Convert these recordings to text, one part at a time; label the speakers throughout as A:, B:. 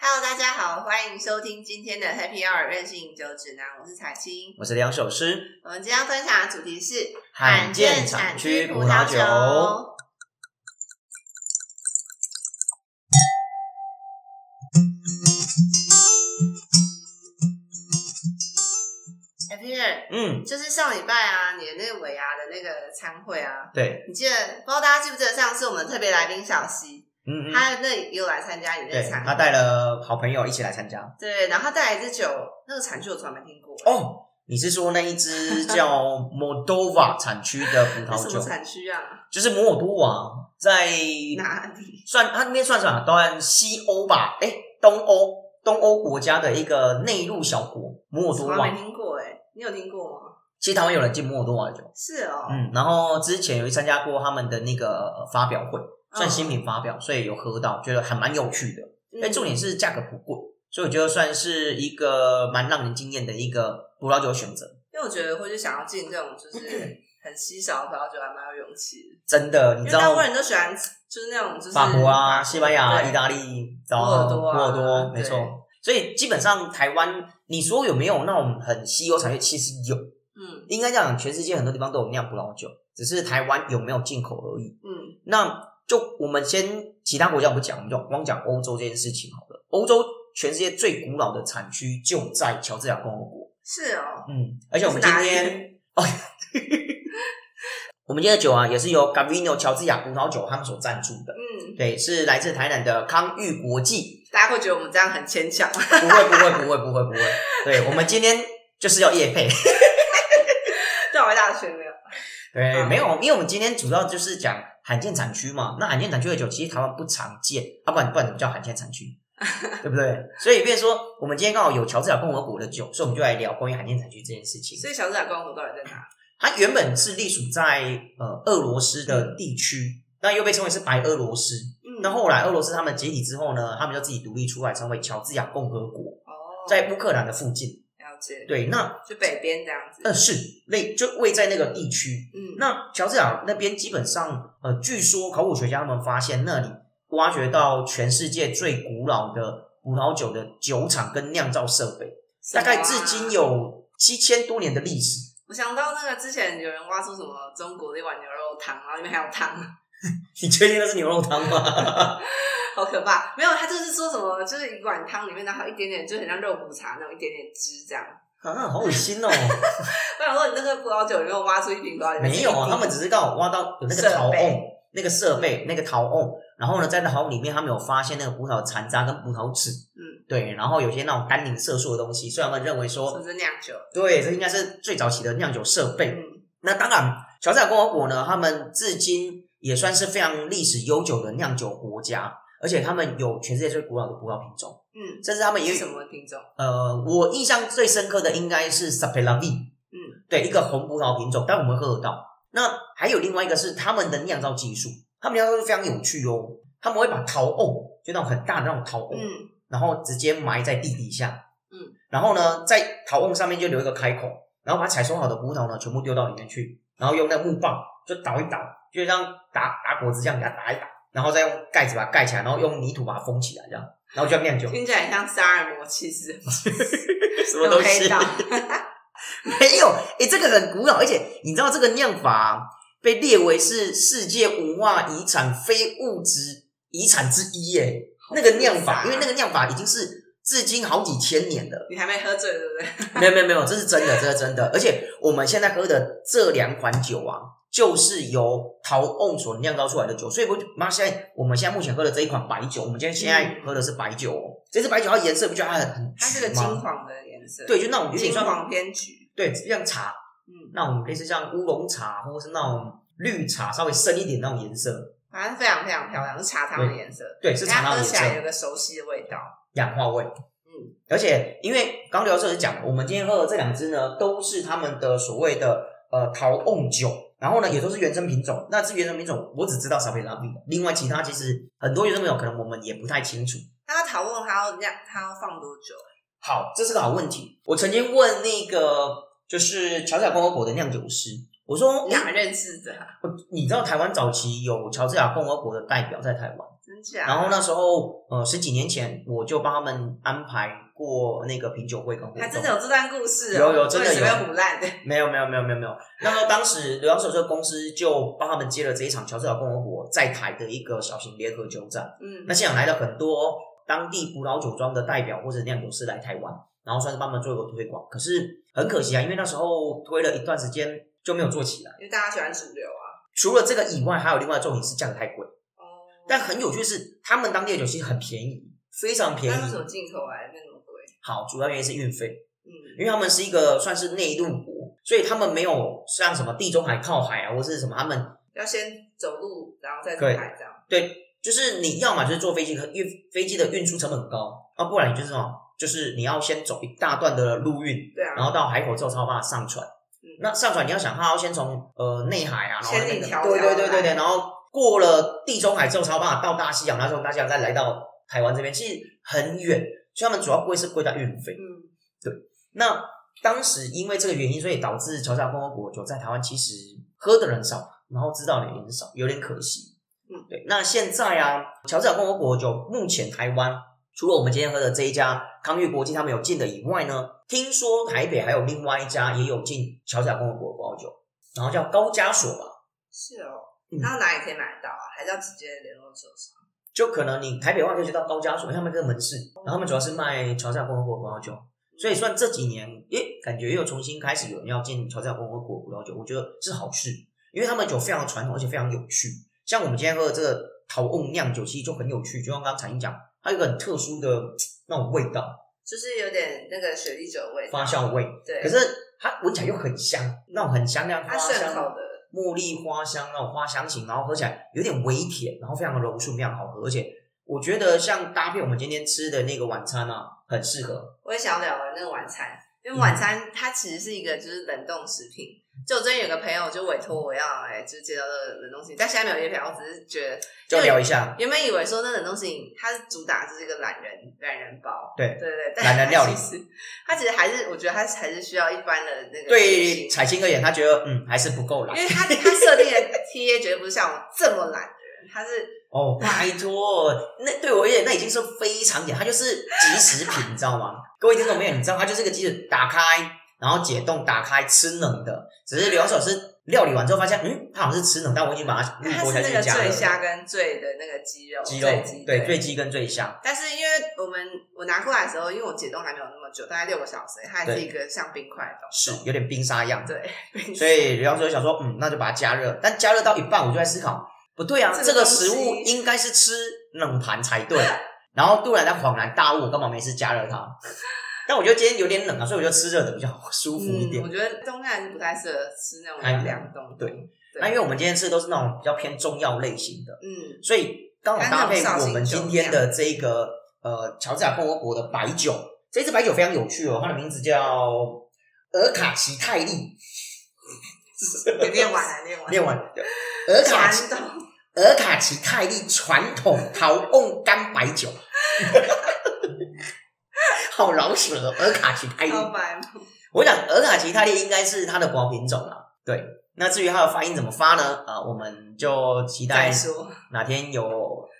A: 大家好，欢迎收听今天的 Happy Hour 任性饮酒指南，我是彩青。
B: 我是两首诗，
A: 我们今天要分享的主题是
B: 罕见产区葡萄酒。。
A: 哎，Peter，
B: 嗯，
A: 就是上礼拜啊，你的那个尾牙的那个餐会啊，
B: 对，
A: 你记得不知道大家记不记得上次我们特别来宾小西，
B: 嗯嗯，
A: 他那里也有来参加你那
B: 对，
A: 个餐
B: 他
A: 会，
B: 带了好朋友一起来参加。
A: 对，然后他带来一支酒，那个产区我从来没听过，欸
B: 哦，你是说那一支 叫 Moldova 产区的葡
A: 那
B: 萄
A: 什么
B: 酒，
A: 产区啊？
B: 就是摩尔多瓦在
A: 哪里？
B: 算它那边算什么？当然西欧吧，哎，东欧东欧国家的一个内陆小国摩尔多
A: 从来没
B: 瓦。
A: 听过哎、你有听过吗？
B: 其实台湾有人进摩尔多瓦的酒，
A: 是哦，
B: 嗯，然后之前有参加过他们的那个呃发表会，算
A: 嗯
B: 新品发表，所以有喝到，觉得还蛮有趣的。
A: 嗯
B: 哎，重点是价格不贵，所以我觉得算是一个蛮让人惊艳的一个葡萄酒选择。
A: 因为我觉得会去想要进这种 就是很稀少的葡萄酒，还蛮有勇气的。
B: 真的，你
A: 因为
B: 知
A: 大
B: 道
A: 部分人都喜欢就是那种就是
B: 法国啊、西班牙、啊、
A: 对
B: 意大利、
A: 摩尔多啊
B: 摩尔多，没
A: 对
B: 错。所以基本上台湾，你说有没有那种很稀有产业？其实有，
A: 嗯
B: 应该讲全世界很多地方都有酿葡萄酒，只是台湾有没有进口而已。
A: 嗯
B: 那就我们先其他国家不讲，我们就光讲欧洲这件事情好了。欧洲全世界最古老的产区就在乔治亚共和国。
A: 是哦，
B: 嗯，而且我们今
A: 是哪里
B: 天哦，我们今天的酒啊，也是由 Gavino 乔治亚葡萄酒行所赞助的。
A: 嗯，
B: 对，是来自台南的康裕国际。
A: 大家会觉得我们这样很牵强，
B: 不会，不会，不会，不会，不会。对，我们今天就是要夜 配。
A: 绕回大圈没有？
B: 对，
A: 嗯
B: 没有，因为我们今天主要就是讲罕见产区嘛。那罕见产区的酒其实台湾不常见，啊，不然不然怎么叫罕见产 区？对不对？所以，变成说我们今天刚好有乔治亚共和国的酒，所以我们就来聊关于罕见产区这件事情。
A: 所以小指甲光谷到底在哪？
B: 它原本是隶属在呃俄罗斯的地区，那又被称为是白俄罗斯。
A: 嗯
B: 那后来俄罗斯他们解体之后呢，他们就自己独立出来，成为乔治亚共和国，
A: 哦，
B: 在乌克兰的附近。
A: 了解，
B: 对，那
A: 就北边这样子。
B: 呃是类就位在那个地区，
A: 嗯，
B: 那乔治亚那边基本上，呃，据说考古学家他们发现那里挖掘到全世界最古老的葡萄酒的酒厂跟酿造设备，
A: 什么
B: 大
A: 啊
B: 概至今。有七千多年的历史。
A: 我想到那个之前有人挖出什么中国的一碗牛肉汤，然后里面还有汤，
B: 你确定那是牛肉汤吗？
A: 好可怕！没有，他就是说什么，就是一碗汤里面，然后一点点，就很像肉骨茶那种一点点汁这样。
B: 啊，好恶心哦！
A: 我想说，你那个葡萄酒有没有挖出一瓶葡萄酒？
B: 没有啊，他们只是刚好挖到有那个陶
A: 设备
B: 瓮，那个设备，那个陶瓮，然后呢，在那陶瓮里面，他们有发现那个葡萄残渣跟葡萄籽，
A: 嗯，
B: 对，然后有些那种甘宁色素的东西，所以他们认为
A: 是
B: 说，
A: 不是酿酒？
B: 对，这应该是最早期的酿酒设备。
A: 嗯
B: 那当然，乔治亚共和国呢，他们至今也算是非常历史悠久的酿酒国家，而且他们有全世界最古老的葡萄品种，
A: 嗯，
B: 甚至他们也
A: 是
B: 有
A: 什么品种？
B: 呃，我印象最深刻的应该是 s a p e l a v i
A: 嗯，
B: 对，一个红葡萄品种，但我们喝得到。那还有另外一个是他们的酿造技术，他们酿造技术非常有趣哦，他们会把陶瓮，就那种很大的那种陶瓮，
A: 嗯
B: 然后直接埋在地底下，
A: 嗯，
B: 然后呢，在陶瓮上面就留一个开口，然后把采收好的葡萄呢全部丢到里面去，然后用那个木棒就捣一捣，就像打打果子这样给它打一打，然后再用盖子把它盖起来，然后用泥土把它封起来，这样，然后就要酿酒，
A: 听起来很像杀人魔，其实
B: 什
A: 什么黑道
B: 没有，诶，哎这个很古老，而且你知道这个酿法啊、被列为是世界文化遗产非物质遗产之一耶。那
A: 啊
B: 个酿法，因为那个酿法已经是至今好几千年了。
A: 你还没喝醉对不对？
B: 没有没有没有，这是真的，这是真的。而且我们现在喝的这两款酒啊，就是由陶瓮所酿造出来的酒，所以不，妈现在我们现在目前喝的这一款白酒，我们今天现在喝的是白酒哦。这支白酒它颜色不觉得它很很
A: 它是个
B: 橘
A: 金
B: 吗？
A: 黄的颜色，，
B: 对，就那种有点
A: 金
B: 像
A: 黄偏橘。
B: 对，像茶，
A: 嗯，
B: 那种类似像乌龙茶或者是那种绿茶，稍微深一点那种颜色，
A: 反正非常非常漂亮，是茶汤的颜色，
B: 对，是
A: 它
B: 茶那种
A: 喝
B: 颜
A: 起
B: 色，
A: 来有个熟悉的味道。授
B: 氧化味。
A: 嗯，
B: 而且因为刚刘老师有讲，我们今天喝的这两支呢，都是他们的所谓的呃陶瓮酒，然后呢也都是原生品种。那这原生品种我只知道沙菲拉比，另外其他其实很多原生品种可能我们也不太清楚。
A: 那它讨论它要酿，它要放多久？
B: 好，这是个好问题。我曾经问那个就是乔治亚共和国的酿酒师，我说
A: 你哪认识的啊？
B: 我你知道台湾早期有乔治亚共和国的代表在台湾，
A: 真假？
B: 然后那时候呃十几年前，我就帮他们安排过那个品酒会跟活动。
A: 还啊真的有这段故事、
B: 有
A: 哦，
B: 有真的
A: 我以为
B: 有
A: 是被唬烂的。
B: 没有没有没有没有没有。那时候当时刘洋手这个公司就帮他们接了这一场乔治亚共和国在台的一个小型联合酒展。
A: 嗯
B: 那现场来了很多当地葡萄酒庄的代表或者酿酒师来台湾，然后算是帮忙做一个推广。可是很可惜啊，因为那时候推了一段时间就没有做起来。
A: 因为大家喜欢主流啊。
B: 除了这个以外，还有另外的重点是价格太贵。
A: 哦，
B: 但很有趣的是，他们当地的酒其实很便宜，非常便
A: 那为什么
B: 宜。
A: 进口来变那么贵？
B: 好，主要原因是运费，
A: 嗯，
B: 因为他们是一个算是内陆国，所以他们没有像什么地中海靠海啊，或是什么他们
A: 要先走路，然后再
B: 对
A: 买这样。
B: 就是你要么就是坐飞机，可运飞机的运输成本很高啊，不然你就是什么，就是你要先走一大段的陆运，
A: 对啊，
B: 然后到海口之后才有办法上船。
A: 嗯
B: 那上船你要想，它要先从呃内海啊，然后
A: 千
B: 那
A: 里
B: 个
A: 迢迢
B: 对对对对对，
A: 来
B: 然后过了地中海之后才有办法到大西洋，然后从大西洋再来到台湾这边，其实很远，所以他们主要贵是贵在运费。
A: 嗯，
B: 那当时因为这个原因，所以导致乔治亚共和国酒在台湾其实喝的人少，然后知道的人也很少，有点可惜。
A: 嗯，
B: 对。那现在啊，乔治亚共和国酒目前台湾除了我们今天喝的这一家康裕国际他们有进的以外呢，听说台北还有另外一家也有进乔治亚共和国葡萄酒，然后叫高加索吧。
A: 是哦。
B: 嗯
A: 那哪里可以买得到啊？还是要直接联络酒商？
B: 就可能你台北的话可以去到高加索，因为他们这个门市，然后他们主要是卖乔治亚共和国葡萄酒，所以算这几年，诶，感觉又重新开始有人要进乔治亚共和国葡萄酒，我觉得是好事，因为他们酒非常的传统，而且非常有趣。像我们今天喝的这个陶瓮酿酒，其实就很有趣，就像刚刚彩英讲，它有一个很特殊的那种味道，
A: 就是有点那个雪莉酒的味道，
B: 发酵味，
A: 对，
B: 可是它闻起来又很香，那种很香那样花
A: 它顺口
B: 香。
A: 的，
B: 茉莉花香那种花香型，然后喝起来有点微甜，然后非常的柔顺，非常好喝，而且我觉得像搭配我们今天吃的那个晚餐啊，很适合。
A: 我也想要聊聊那个晚餐，因为
B: 嗯
A: 晚餐它其实是一个就是冷冻食品。就我最近有个朋友就委托我要哎、就是介绍这个冷冻食品，但现在没有叶片，我只是觉得
B: 就聊一下
A: 原本以为说那冷冻食品它是主打就是一个懒人懒人包，
B: 对
A: 对对， 但
B: 懒人料理
A: 它其实它其实还是我觉得它还是需要一般的那个
B: 对
A: 心
B: 彩青而言，他觉得嗯还是不够啦
A: 因。为它它设定的 TA 绝对不是像我这么懒的人，它是
B: 哦，拜托，那对我而言那已经是非常点，它就是即食品，你知道吗？各位听众朋友，你知道它就是个即食，打开然后解冻，打开吃冷的，只是刘手是料理完之后发现，嗯，它好像是吃冷，嗯但我已经把它
A: 因为
B: 入
A: 它
B: 锅
A: 是
B: 下
A: 那
B: 去
A: 个
B: 加热
A: 醉虾
B: 了。
A: 跟醉的那个鸡肉
B: 鸡肉
A: 醉鸡
B: 对醉鸡跟醉虾，
A: 但是因为我们我拿过来的时候，因为我解冻还没有那么久，大概六个小时，它还是
B: 对
A: 一个像冰块的东
B: 是
A: 西。
B: 有点冰沙样子。
A: 对，
B: 所以刘教授想说，嗯，那就把它加热。但加热到一半，我就在思考，不对啊，这
A: 这个
B: 个
A: 东
B: 食
A: 西
B: 物应该是吃冷盘才对。然后突然才恍然大悟，我干嘛没事加热它？ 但我觉得今天有点冷啊，所以我就吃热的比较舒服一
A: 嗯，
B: 点
A: 我。觉得冬天还是不太适合吃那种
B: 哎
A: 凉冻。
B: 对，那因为我们今天吃的都是那种比较偏中药类型的，
A: 嗯，
B: 所以刚好搭配
A: 干燥
B: 我
A: 性
B: 们今天的这个呃乔治亚共和国的白酒，这支白酒非常有趣哦，它的名字叫尔卡奇泰利。
A: 有练完了，练完了，
B: 念完，对尔卡奇
A: 传统
B: 尔卡奇泰利传统陶瓮干白酒， 好老舍哦，尔卡奇泰 利。
A: 超白
B: 我想尔卡奇泰利应该是它的国品种啦。对，那至于它的发音怎么发呢？啊、我们就期待
A: 再说，
B: 哪天有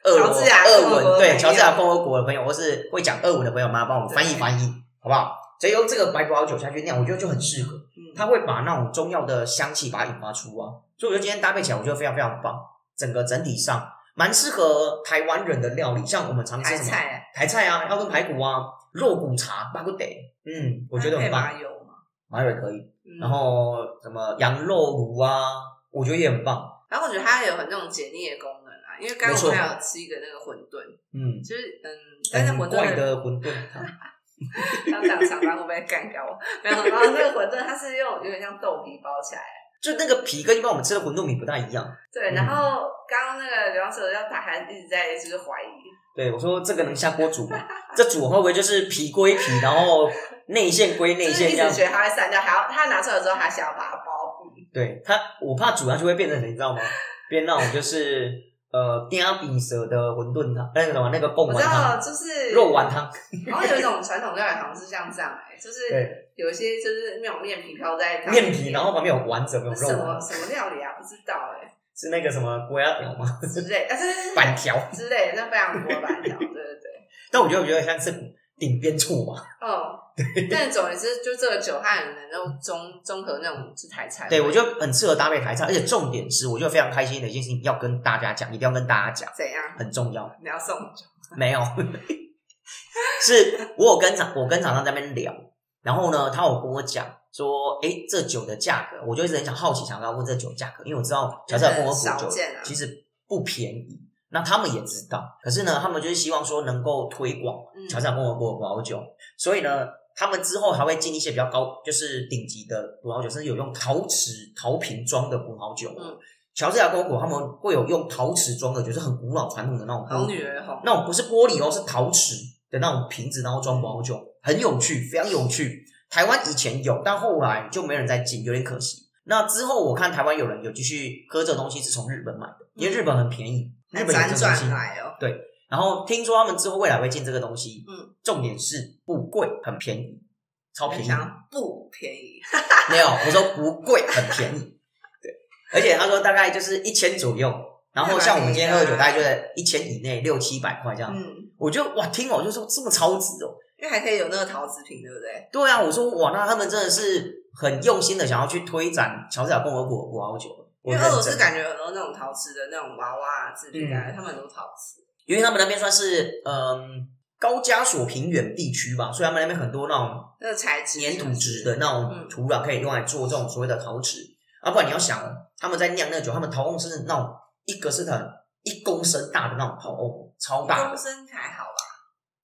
B: 俄罗
A: 乔治亚
B: 俄
A: 共和国
B: 文
A: 的
B: 对
A: 朋友
B: 乔治亚共和国的朋友，或是会讲俄文的朋友，麻烦帮我们翻译
A: 对
B: 翻译，好不好？所以用这个白葡萄酒下去酿，我觉得就很适合。
A: 嗯，
B: 它会把那种中药的香气把它引发出啊，所以我觉得今天搭配起来，我觉得非常非常棒，整个整体上蛮适合台湾人的料理，像我们常吃
A: 台
B: 什么
A: 菜，
B: 台菜啊、腰炖排骨啊、肉骨茶、巴骨得，嗯，我觉得
A: 那
B: 很
A: 配
B: 棒，
A: 麻油嘛。
B: 马瑞可以，
A: 啊嗯
B: 然，后什么羊肉炉啊，我觉得也很棒，
A: 然后我觉得它有很那种解腻的功能啊，因为刚刚
B: 没错
A: 我还有吃一个那个馄饨，
B: 嗯，
A: 就是嗯，但是馄
B: 很哎怪
A: 饨
B: 的馄饨啊汤，
A: 当场厂商会不会干掉我？ 没有，然后那个馄饨它是用有点像豆皮包起来。
B: 就那个皮跟一般我们吃的馄饨米不大一样。
A: 对，然后刚刚那个刘老师要打开，一直在就是怀疑，
B: 对，我说这个能下锅煮吗？这煮会不会就是皮归皮，然后内馅归内
A: 就是一
B: 馅这样
A: 直？觉得它会散掉，还要它拿出来的时候还想要把它包住。
B: 对它，我怕煮下去会变成什么，你知道吗？变那种就是呃，丁比蛇的馄饨汤，那个什么那个贡
A: 我
B: 丸
A: 知道，
B: 汤、
A: 就是
B: 肉丸汤，
A: 好像有一种传统料理好像是像这样哎、就是
B: 对，
A: 有一些就是那种面皮飘在汤里
B: 面皮，然后旁边有丸子，有没有
A: 这
B: 肉
A: 什
B: 丸
A: 么？什么料理啊？不知道哎、
B: 是那个什么国药屌吗？
A: 之类，但是
B: 板条。
A: 之类的，那非常多 板条，对对对，
B: 但我觉得我觉得像是顶边醋嘛。
A: 嗯，但总而言之，就这个酒它很能够综综合那种是台菜，
B: 对，我觉得很适合搭配台菜，而且重点是，我觉得非常开心的一件事情要跟大家讲，一定要跟大家讲，
A: 怎样？
B: 很重要。
A: 你要送酒，
B: 没有，是我有跟厂，我跟厂商在那边聊，然后呢，他有跟我讲说，哎，这酒的价格，我就一直很想好奇，想要问这酒价格，因为我知道小寨跟我
A: 少
B: 补酒
A: 见啊
B: 其实不便宜。那他们也知道，可是呢，他们就是希望说能够推广
A: 嗯
B: 小寨跟我葡萄酒，所以呢，他们之后还会进一些比较高，就是顶级的葡萄酒，甚至有用陶瓷、陶瓶装的葡萄酒。
A: 嗯，
B: 乔治亚公国他们会有用陶瓷装的，就是很古老传统的那种
A: 好女儿红，
B: 那种不是玻璃哦，是陶瓷的那种瓶子，然后装葡萄酒，很有趣，非常有趣。台湾以前有，但后来就没人再进，有点可惜。那之后我看台湾有人有继续喝这个东西，是从日本买的，因为日本很便宜，日
A: 很
B: 本有这
A: 辗
B: 个东西
A: 转。来哦，
B: 然后听说他们之后未来会进这个东西，
A: 嗯，
B: 重点是不贵，很便宜，超便宜。
A: 想不便宜，
B: 没有，我说不贵，很便 宜。对，而且他说大概就是一千左右，然后像我们今天喝的酒，大概就在一千以内，六七百块这样。
A: 嗯，
B: 我就哇，听哦完我就说这么超值哦。
A: 因为还可以有那个陶瓷瓶，对不对？
B: 对啊，我说哇，那他们真的是很用心的想要去推展乔治亚共和国葡萄酒。
A: 因
B: 我
A: 为
B: 认
A: 俄罗斯
B: 真，
A: 感觉很多那种陶瓷的那种娃娃啊制品啊，
B: 嗯
A: 他们很多陶瓷，
B: 因为他们那边算是嗯、高加索平原地区吧，所以他们那边很多那种
A: 那个材质嗯
B: 粘土质的那种土壤可以用来做这种所谓的陶瓷。啊，不然你要想哦，他们在酿那个酒，他们陶瓮是那种一个是很一公升大的那种陶瓮，超大
A: 公
B: 的，
A: 升还好吧？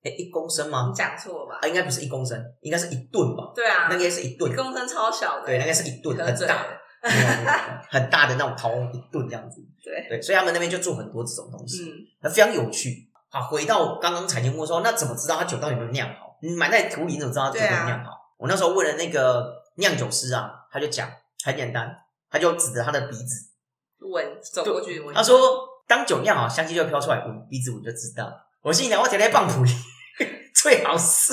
B: 哎、一公升
A: 你
B: 吗？
A: 讲错吧
B: 啊，？应该不是一公升，应该是一吨吧？
A: 对啊
B: 那，应该是一吨
A: 一，公升超小的，欸
B: 对，那应该是一吨，
A: 喝
B: 很
A: 醉
B: 大
A: 了，
B: 没有没有没有很大的那种陶瓮一吨这样子。
A: 对
B: 对，所以他们那边就做很多这种东西，
A: 嗯，
B: 那、非常有趣。好，回到刚刚彩金问说，那怎么知道它酒到底有没有酿好？你埋在土里，你怎么知道它酒
A: 啊
B: 有没有酿好？我那时候问了那个酿酒师啊，他就讲很简单，他就指着他的鼻子，
A: 闻嗯走过去闻，
B: 他说当酒酿好，香气就飘出来，闻鼻子我就知道。我心里想，我天天棒谱里 最好是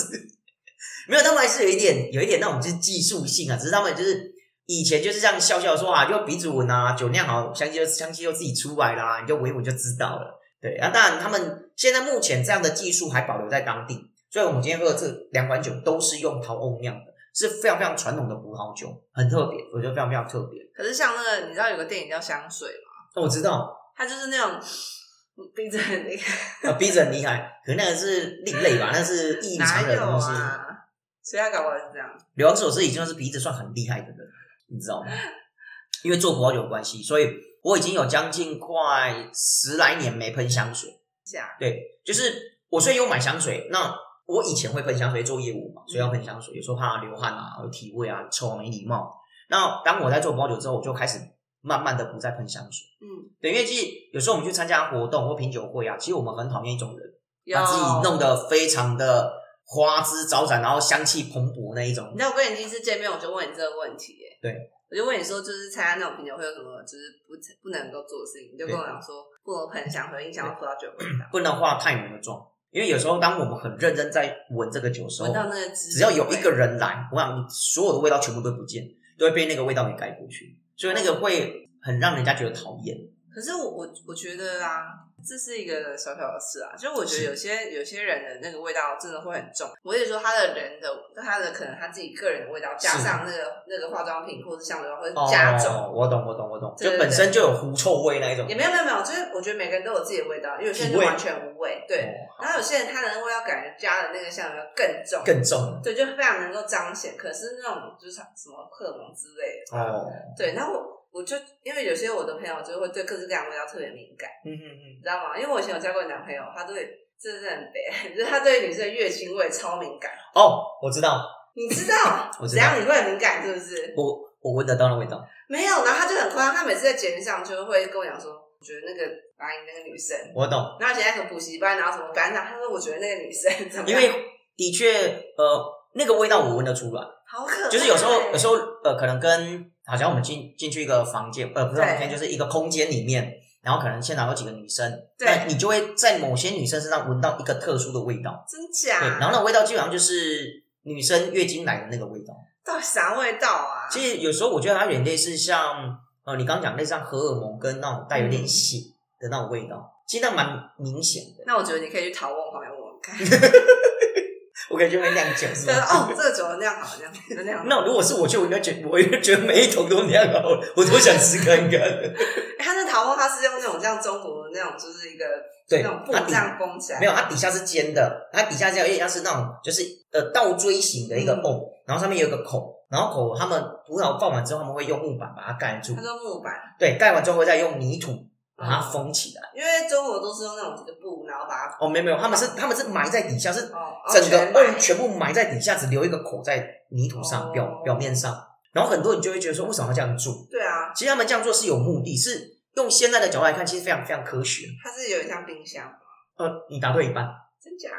B: 没有，他们还是有一点有一点那种就是技术性啊，只是他们就是以前就是这样笑笑说啊，就鼻祖闻啊，酒酿好，香气就香气就自己出来啦，你就闻一闻就知道了。对啊，当然他们现在目前这样的技术还保留在当地，所以我们今天喝的这两款酒都是用陶瓮酿的，是非常非常传统的葡萄酒，很特别，我觉得非常非常特别。
A: 可是像那个，你知道有个电影叫《香水》吗？
B: 那、我知道，
A: 它就是那种鼻子很那个，
B: 啊，逼着很厉害，可能那个是另类吧，那是异于
A: 哪
B: 常人
A: 有
B: 的东西。
A: 啊？所以他搞不好是这样。
B: 刘洋所是已经是鼻子算很厉害的人，你知道吗？因为做葡萄酒的关系，所以我已经有将近快十来年没喷香水。
A: 假
B: 对，就是我虽然有买香水，那我以前会喷香水做业务嘛，所以要喷香水，有时候怕流汗啊、有体味啊、臭啊、没礼貌。那当我在做葡萄酒之后，我就开始慢慢的不再喷香水。
A: 嗯，
B: 对，因为其实有时候我们去参加活动或品酒会啊，其实我们很讨厌一种人。
A: 有
B: 把自己弄得非常的花枝招展，然后香气蓬勃那一种
A: 你。知道我跟你第一次见面，我就问你这个问题、耶
B: 对，
A: 我就问你说，就是参加那种品酒会有什么就是不不能够做的事情，你就跟我讲说，不能喷香水，影响到葡萄酒味道，
B: 不能画太浓的妆，因为有时候当我们很认真在闻这个酒的时候
A: 闻，到那个汁，
B: 只要有一个人来，我想所有的味道全部都不见，都会被那个味道给盖过去，所以那个会很让人家觉得讨厌。
A: 可是我我我觉得啊，这是一个小小的事啊，就我觉得有些有些人的那个味道真的会很重。我也说他的人的他的可能他自己个人的味道，加上那个那个化妆品或者香水，或者加重。
B: 哦，我懂，我懂，我懂，
A: 对
B: 就
A: 对
B: 本身就有狐臭味那一种
A: 也。没有没有没有，就是我觉得每个人都有自己的味道，因为有些人
B: 体
A: 就
B: 味
A: 完全无味，对。
B: 哦，
A: 然后有些人他的味道感觉加的那个香水更重，
B: 更重了。
A: 对，就非常能够彰显。可是那种就是什么荷尔蒙之类的，
B: 哦，
A: 对。然后我我就因为有些我的朋友就会对各式各样的味道特别敏感。
B: 嗯嗯
A: 你知道吗？因为我以前有交过男朋友，他对真的是很 悲，就是他对女生的月经味超敏感。
B: 嗯，哦，我知道，
A: 你知道
B: 我知
A: 怎
B: 道
A: 样你会很敏感是不是？
B: 我我闻得到那味道，
A: 没有，然后他就很夸张，他每次在节目上就会跟我讲说，我觉得那个阿姨那个女生，
B: 我懂。
A: 然后以前在什么补习班，然后什么班长，他说我觉得那个女生怎么
B: 因
A: 样，
B: 为的确，呃，那个味道我闻得出来，
A: 好可怕，
B: 就是有时候，有时
A: 候
B: 候，呃，可能跟好像我们进进去一个房间，呃，不是
A: 对
B: 房间，就是一个空间里面，然后可能现场有几个女生，
A: 对
B: 那你就会在某些女生身上闻到一个特殊的味道，
A: 真
B: 对，
A: 假，
B: 然后那个味道基本上就是女生月经来的那个味道。
A: 到底啥味道啊？
B: 其实有时候我觉得它有点类似像，嗯、呃，你刚讲类似像荷尔蒙跟那种带有
A: 嗯
B: 点血的那种味道，其实那蛮明显的。
A: 那我觉得你可以去陶瓮旁边闻闻 看，
B: 我感觉会酿酒是
A: 就
B: 吧？
A: 是 哦，这个酒那样好，那样好就那样好。
B: 那如果是我去，我应该觉我应该觉得每一桶都那样好，我都想吃看看。
A: 欸它那陶瓮它是用那种像中国的那种，就是一个
B: 对，
A: 那种布
B: 它
A: 这
B: 底
A: 样封起来，
B: 没有，它底下是尖的，它底下这样有点像是那种就是呃倒锥形的一个
A: 嗯
B: 缝，然后上面有一个口，然后口他们土壤放完之后，他们会用木板把它盖住
A: 它，说木板，
B: 对，盖完之后会再用泥土把它
A: 嗯
B: 封起来。
A: 因为中国都是用那种一个布，然后把它
B: 哦，没有没有，他们是他们是埋在底下，是
A: 哦
B: 整个
A: 哦
B: 瓮全部埋在底下，只留一个口在泥土上表
A: 哦
B: 表面上。然后很多人就会觉得说，为什么要这样做？
A: 对啊，
B: 其实他们这样做是有目的，是用现在的角度来看，其实非常非常科学。
A: 它是有点像冰箱，
B: 呃，你答对一半。
A: 真假？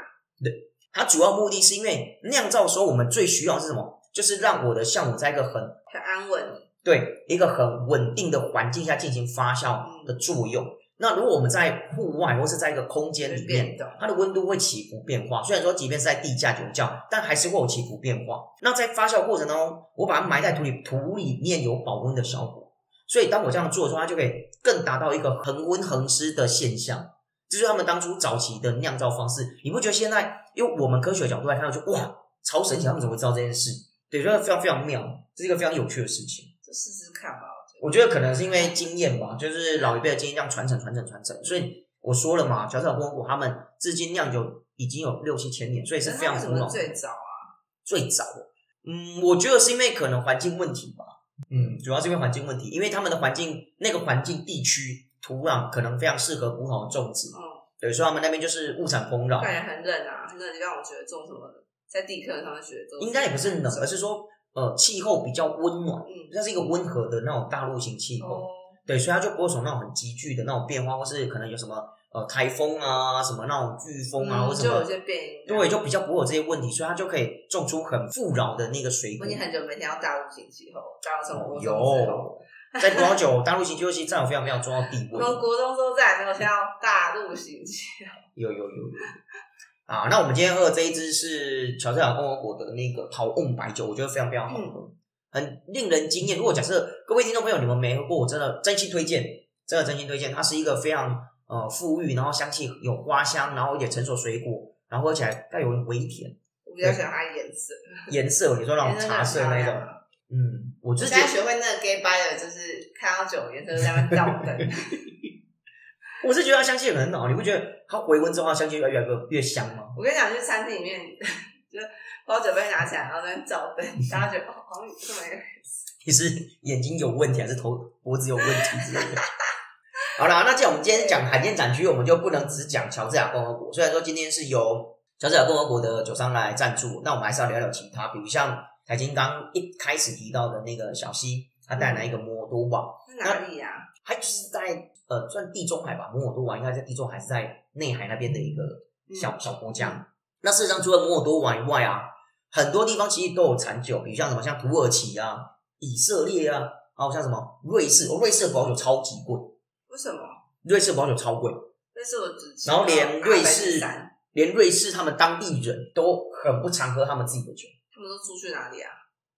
B: 它主要目的是因为酿造的时候，我们最需要的是什么？就是让我的酵母在一个很
A: 很安稳，
B: 对一个很稳定的环境下进行发
A: 嗯
B: 酵的作用。那如果我们在户外或是在一个空间里
A: 会
B: 面
A: 变动，
B: 它的温度会起伏变化。虽然说即便是在地下酒窖，但还是会有起伏变化。那在发酵过程当中，我把它埋在土里，土里面有保温的效果。所以当我这样做的时候，它就可以更达到一个恒温恒湿的现象。这就是他们当初早期的酿造方式。你不觉得现在用我们科学的角度来看，就哇超神奇，他们怎么会知道这件事？对，这个非常非常妙，这是一个非常有趣的事情。
A: 就试试看吧。
B: 我觉得可能是因为经验吧，就是老一辈的经验这样传承、传承、传承。所以我说了嘛，小小公谷他们至今酿酒已经有六七千年，所以是
A: 可
B: 非
A: 它
B: 常
A: 为什
B: 古
A: 么
B: 老的。
A: 最早啊？
B: 最早的，嗯，我觉得是因为可能环境问题吧。嗯，主要是因为环境问题，因为他们的环境那个环境地区土壤可能非常适合葡萄种植，
A: 嗯，
B: 对，所以他们那边就是物产丰饶。
A: 感觉很冷啊，那让我觉得种什么在地科上面学的，
B: 应该也不是冷，而是说呃气候比较温暖，
A: 嗯
B: 那是一个温和的那种大陆型气候。
A: 哦，
B: 对，所以它就不会有那种很急剧的那种变化，或是可能有什么呃台风啊、什么那种飓风啊，
A: 嗯
B: 或什
A: 就
B: 么
A: 有，些变音，
B: 对，就比较不会有这些问题，所以它就可以种出很富饶的那个水
A: 我
B: 果哦
A: 已。经很久没听到大陆型气候，大陆从国中之后，
B: 有，在葡萄酒大陆型酒其实占有非常非常重要的地
A: 我
B: 位。
A: 们国中之后再也没有听到大陆型气候。
B: 有有有有。啊，那我们今天喝的这一支是乔治亚共和国的那个陶瓮白酒，我觉得非常非常好
A: 嗯
B: 喝，很令人惊艳。如果假设各位听众朋友你们没喝过，我真的真心推荐，真的真心推荐。它是一个非常呃馥郁，然后香气有花香，然后有点成熟水果，然后喝起来带有微甜，
A: 我比较喜欢它的颜色，
B: 颜色你说那
A: 颜
B: 种
A: 色
B: 茶色
A: 很漂
B: 那
A: 亮
B: 种，
A: 啊
B: 嗯，我
A: 我
B: 就是
A: 现
B: 觉得
A: 在学会那个 gay by 的，就是看到酒颜色就在那边倒灯，
B: 我是觉得它香气很好，你不觉得它回温之后它香气越来越越香吗？
A: 我跟你讲，去餐厅里面， 就把酒杯拿起来，然后在那边照灯，大家觉得哦，好像这么一个
B: 你是 眼睛有问题，还是头脖子有问题之类的？好啦，那既然我们今天讲海淀展区，我们就不能只讲乔治亚共和国。虽然说今天是由乔治亚共和国的酒商来赞助，那我们还是要聊聊其他，比如像财经刚一开始提到的那个小西，他带来一个摩尔多瓦，
A: 是哪里呀、啊？
B: 他就是在呃算地中海吧，摩尔多瓦应该在地中海是在内海那边的一个小小国家。那事实上，除了摩尔多瓦以外啊，很多地方其实都有产酒，比如像什么像土耳其啊、以色列啊，还有像什么瑞士，哦，瑞士的保酒超级贵，
A: 为什么？
B: 瑞士的保酒超贵，
A: 那是我只
B: 然后连
A: 阿尔
B: 瑞士
A: 卑斯坦，
B: 连瑞士他们当地人都很不常喝他们自己的酒，
A: 他们都出去哪里啊？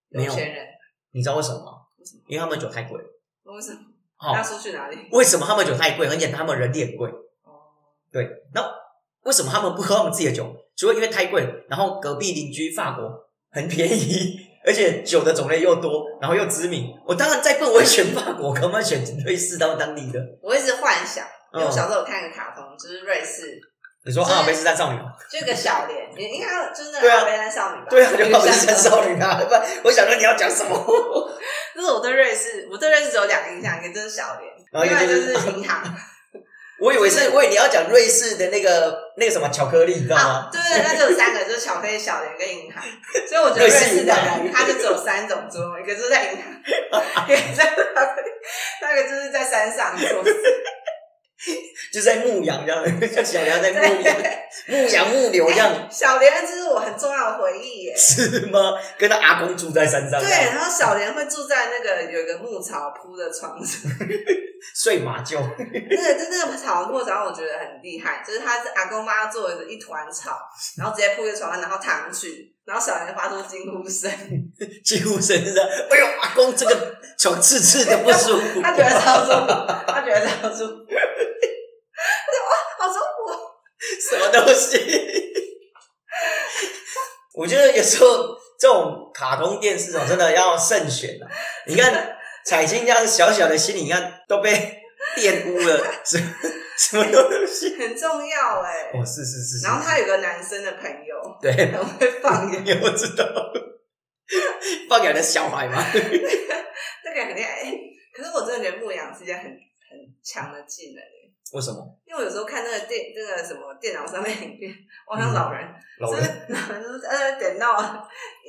B: 没有
A: 钱人
B: 你知道为什么吗？
A: 为什么？
B: 因为他们酒太贵了。
A: 为什么？
B: 好、
A: 他出去哪里？
B: 为什么他们酒太贵？很简单，他们人力很贵。
A: 哦，
B: 对，那为什么他们不喝他们自己的酒？除了因为太贵，然后隔壁邻居法国很便宜，而且酒的种类又多，然后又知名。我当然再笨，我也选法国，干嘛选瑞士他们当地的？
A: 我一直幻想，因为我
B: 嗯
A: 小时候有看一个卡通，就是瑞士，
B: 你说啊阿尔卑斯山少女？
A: 就一个小莲，你应该就是那
B: 对
A: 个
B: 啊
A: 阿尔卑斯坦少女吧？
B: 对啊，
A: 有
B: 就阿
A: 印
B: 尔卑斯
A: 象
B: 山少女啊！不，我想说你要讲什么？
A: 就是我对瑞士，我对瑞士只有两个印象，一个就是小莲，
B: 然后一
A: 另
B: 个
A: 外
B: 就
A: 就是是银行。
B: 我以为是，我以为你要讲瑞士的那个那个什么巧克力，你知道
A: 啊，
B: 吗？
A: 对对，那就有三个，就是巧克力、小莲跟银行。所以我觉得瑞
B: 瑞士
A: 士的
B: 银
A: 人，他就只有三种作用，一个就是在银行，一个在巧克力，那个就是在山上做事。
B: 就在牧羊这样，像小羊在牧羊，
A: 对，
B: 牧羊牧牛这样，
A: 小莲这是我很重要的回忆耶。
B: 是吗？跟他阿公住在山上，
A: 对，，然后小莲会住在那个有一个牧草铺的床上，
B: 睡马厩。
A: 那个就那个草铺的床，我觉得很厉害，就是他是阿公妈做的一团草，然后直接铺一个床上，然后躺上去，然后小莲发出惊呼声，
B: 几乎神是这样哎呦，阿公这个手刺刺的不舒服。
A: 他觉得超舒服，他觉得超舒服， 他说哇，好舒服，
B: 什么东西？我觉得有时候这种卡通电视哦，真的要慎选啊。你看彩青这样小小的心理，你看都被玷污了， 什么什么东西？
A: 很重要哎、
B: 哦，是是是是。
A: 然后他有个男生的朋友，
B: 对，
A: 很会放羊，
B: 我知道，放养的小孩嘛，
A: 那个很厉害。哎可是我真的觉得牧羊是一件很很强的技能，
B: 为什么？
A: 因为我有时候看那个电那个什么电脑上面影片，我好像老人，
B: 嗯老
A: 就是
B: 人
A: 老人就是呃点到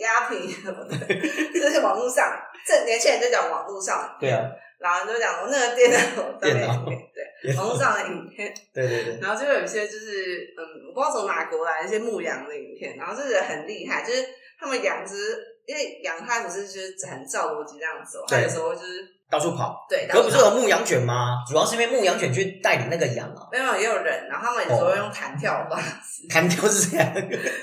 A: 鸦片什么的，就是网络上，这年轻人就讲网络上，
B: 对啊，
A: 老人就讲我那个电脑上面
B: 电脑
A: 影片，对，网络上的影片，
B: 对对对，
A: 然后就有一些就是嗯，我不知道从哪国来的一些牧羊的影片，然后就是很厉害，就是他们养殖，因为养它不是就是很照逻辑这样走，它
B: 对
A: 有时候就是
B: 到处跑。
A: 对，
B: 可不是有牧羊犬吗？主要是因为牧羊犬去带领那个羊啊，
A: 没有也有人，然后他们有时候用弹跳的方式，
B: 弹跳是这样，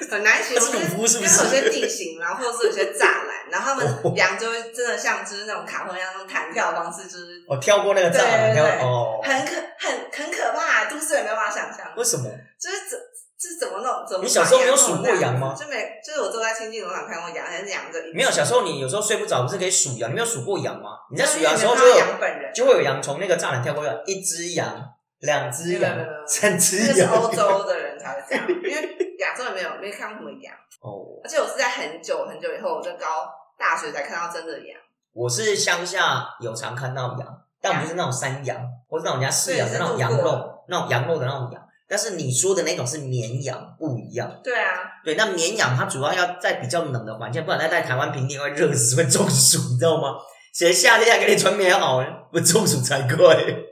A: 很难形
B: 它
A: 容，
B: 是
A: 就
B: 农夫是
A: 因
B: 不
A: 为
B: 是
A: 有？ 些地形啊，或者是有些栅栏，然后他
B: 哦
A: 们羊就会真的像就是那种卡通一样，用弹跳的方式，就是
B: 哦，跳过那个栅栏，
A: 对对对
B: 跳哦，
A: 很可很很可怕，都市人没有办法想象，
B: 为什么？
A: 就是怎这怎么弄？怎么
B: 你小时候没有
A: 把
B: 数
A: 弄
B: 过
A: 这
B: 羊吗
A: 子就没，就是我都在亲近农场看过羊，但是羊就一
B: 没有，小时候你有时候睡不着，不是可以数羊？你没有数过羊吗？你在数羊的时候
A: 因
B: 就
A: 为没
B: 有
A: 看到羊本人，
B: 就会有羊从那个栅栏跳过来，一只羊、两只
A: 没有
B: 羊
A: 没有没有、
B: 三
A: 这
B: 只
A: 个是
B: 羊。
A: 欧洲的人才会这样，因为亚洲人没有没看过什么羊，
B: 哦，
A: 而且我是在很久很久以后，我在高大学才看到真的羊，
B: 我是乡下有常看到羊，但不是那种山羊，或是那种人家饲养的
A: 对
B: 那种羊
A: 是路
B: 肉，那种羊肉的那种羊。但是你说的那种是绵羊，不一样。
A: 对啊，
B: 对，那绵羊它主要要在比较冷的环境，不然它在台湾平地会热死，会中暑，你知道吗？谁夏天还给你穿棉袄，不中暑才怪。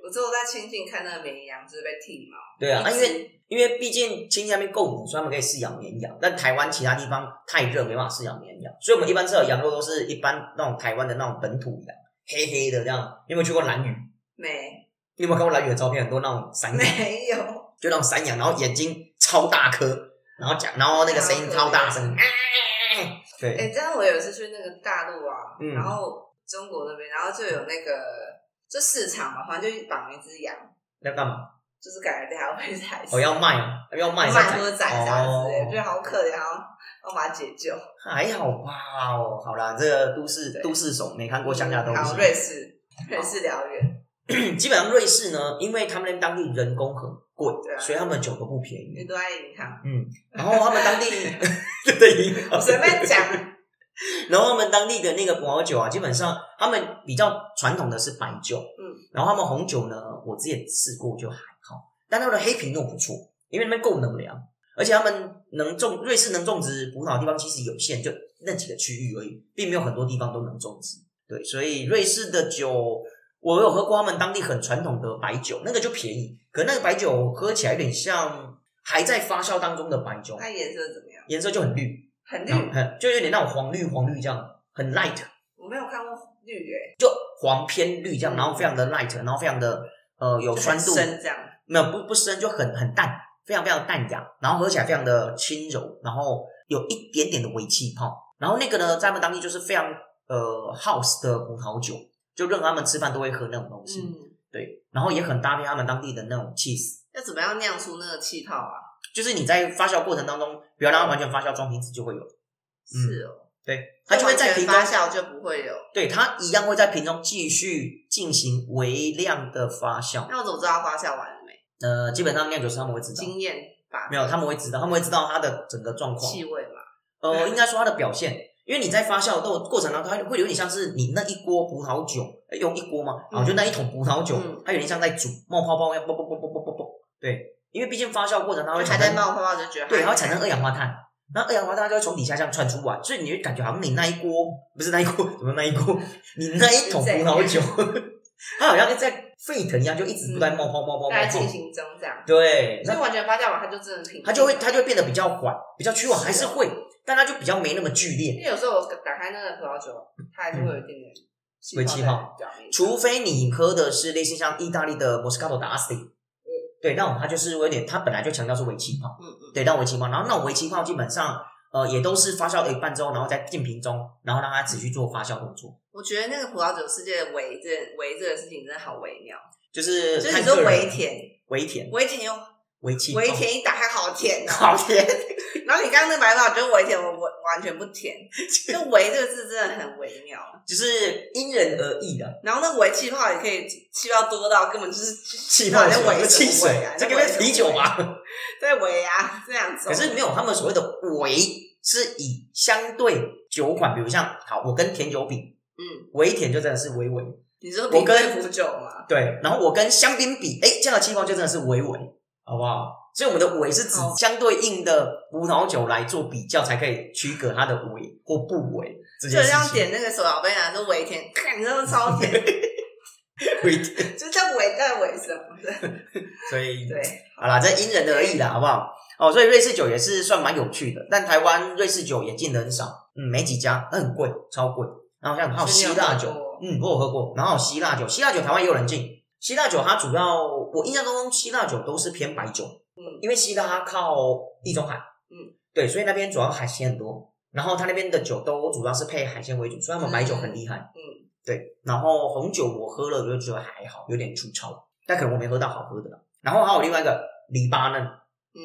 A: 我只有在亲近看那个绵羊，就是被剃毛，
B: 对啊，啊
A: 一
B: 因
A: 只
B: 为因为毕竟亲戚那边够冷，所以他们可以饲养绵羊。但台湾其他地方太热，没办法饲养绵羊，所以我们一般吃的羊肉都是一般那种台湾的那种本土羊，黑黑的这样。你有没有去过兰屿？
A: 没
B: 你有没有看过兰屿的照片？很多那种山羊，
A: 没有，
B: 就那种山羊，然后眼睛超大颗，然后讲，然后那个声音超大声，啊对，
A: 哎、这样我有一次去那个大陆啊，
B: 嗯
A: 然后中国那边，然后就有那个就市场嘛，反正就绑了一只羊，
B: 要干嘛？
A: 就是感觉大家会宰死
B: 我、要卖啊，要卖才
A: 卖或者宰杀之类的，觉
B: 哦
A: 得好可怜，然后要把它解救，
B: 还好吧哦，好啦，这个都市
A: 对
B: 都市手没看过乡下东
A: 好，
B: 西，
A: 瑞士，瑞士疗院，
B: 基本上瑞士呢，因为他们那当地人工很贵，
A: 对啊
B: 所以他们的酒都不便
A: 你
B: 宜。
A: 都在银行，
B: 嗯，然后他们 当地对银
A: 我
B: 行，
A: 随便讲，
B: 然后他们当地的那个葡萄酒啊，基本上他们比较传统的是白酒，
A: 嗯，
B: 然后他们红酒呢，我之前试过就还好，但他们的黑皮诺不错，因为那边够能量，而且他们能种瑞士能种植葡萄的地方其实有限，就那几个区域而已，并没有很多地方都能种植。对，所以瑞士的酒，我有喝过他们当地很传统的白酒，那个就便宜，可那个白酒喝起来有点像还在发酵当中的白酒，
A: 它颜色怎么样？
B: 颜色就很绿，
A: 很绿
B: 然，后很就有点那种黄绿黄绿这样，很 light，
A: 我没有看过绿欸诶，
B: 就黄偏绿这样，然后非常的 light，然后非常的呃有
A: 就
B: 酸
A: 很
B: 度，
A: 深这样，
B: 没有不不深，就很很淡，非常非常淡雅，然后喝起来非常的轻柔，然后有一点点的微气泡，然后那个呢，在他们当地就是非常呃 house 的葡萄酒，就任何他们吃饭都会喝那种东西，
A: 嗯，
B: 对，然后也很搭配他们当地的那种 cheese。
A: 要怎么样酿出那个气泡啊？
B: 就是你在发酵过程当中，不要让它完全发酵，装瓶子就会有，
A: 是哦，
B: 对，它就会在瓶
A: 完全
B: 中
A: 发酵就不会有。
B: 对，它一样会在瓶中继续进行微量的发酵。
A: 那我怎么知道它发酵完了没？
B: 呃，基本上酿酒师他们会知道，
A: 经验法则
B: 没有他们会知道，他们会知道它的整个状况。
A: 气味嘛，
B: 呃，应该说它的表现，因为你在发酵的过程当中，它会有点像是你那一锅葡萄酒，呃用一锅吗？啊，
A: 嗯
B: 就那一桶葡萄酒，
A: 嗯
B: 它有点像在煮冒泡泡一样，啵啵啵啵啵啵啵。对，因为毕竟发酵过程它会
A: 还
B: 产
A: 在
B: 生，
A: 冒泡泡就觉得
B: 对，它会 产生二氧化碳。那二氧化碳它就会从底下这样窜出来，所以你就感觉好像你那一锅不是那一锅，怎么那一锅？你那一桶葡萄酒， 它好像在沸腾一样，就一直不断冒泡冒泡冒
A: 在嗯
B: 泡
A: 进。行中这样，
B: 对，
A: 所
B: 那
A: 以完全发酵完它就真的平，
B: 它就会它就会变得比较缓，比较趋缓，
A: 是
B: 还是会，但它就比较没那么剧烈
A: 因。为有时候我打开那个葡萄酒，它还是会有一点点
B: 会
A: 气
B: 气
A: 泡
B: 泡
A: 在表面。
B: 除非你喝的是类似像意大利的 Moscato d'Asti，对，那种它就是有点，它本来就强调是微气泡，
A: 嗯嗯，
B: 对，那种微气泡，然后那种微气泡基本上，呃，也都是发酵了一半之后，然后再浸瓶中，然后让它持续做发酵动作。
A: 我觉得那个葡萄酒世界的维这维这个事情真的好微妙，
B: 就是
A: 就是
B: 看
A: 你说
B: 个人
A: 微甜，
B: 微甜
A: 微甜又
B: 微气
A: 微
B: 泡
A: 甜一打开好甜哦、
B: 好甜，
A: 然后你刚刚那个白葡萄酒微甜，我我完全不甜，就维这个字真的很微妙。
B: 就是因人而异的。
A: 然后那维气泡也可以气泡多到根本就是
B: 气泡
A: 那
B: 水、
A: 微
B: 汽水
A: 微啊，
B: 这
A: 那
B: 个
A: 微
B: 跟啤酒嘛。
A: 对维啊这样子哦。
B: 可是没有，他们所谓的“微”是以相对酒款，比如像好，我跟甜酒比，
A: 嗯，
B: 微甜就真的是微微，
A: 你说
B: 我跟
A: 葡酒嘛，
B: 对。然后我跟香槟比，哎，这样的气泡就真的是微微，好不好？所以我们的“微”是指
A: 好
B: 相对应的葡萄酒来做比较，才可以区隔它的“微”或不微这
A: 就
B: 件事
A: 像
B: 情。
A: 点那个手摇杯啊，说微甜，看你真的超甜，
B: 微甜，
A: 就叫微在微什么的，
B: 所以
A: 对，
B: 好啦，这因人而异啦，好不好？哦，所以瑞士酒也是算蛮有趣的，但台湾瑞士酒也进的很少，嗯，没几家，那很贵，超贵。然后像还有希腊酒
A: 真的有喝过，
B: 嗯，我有喝过。然后还有希腊酒，希腊酒台湾也有人进。希腊酒它主要，我印象中希腊酒都是偏白酒，
A: 嗯，
B: 因为希腊它靠地中海，
A: 嗯，
B: 对，所以那边主要海鲜很多。然后它那边的酒都主要是配海鲜为主，所以他们白酒很厉害，
A: 嗯，
B: 对。然后红酒我喝了就觉得还好，有点粗糙，但可能我没喝到好喝的啦。然后还有另外一个黎巴嫩，
A: 嗯，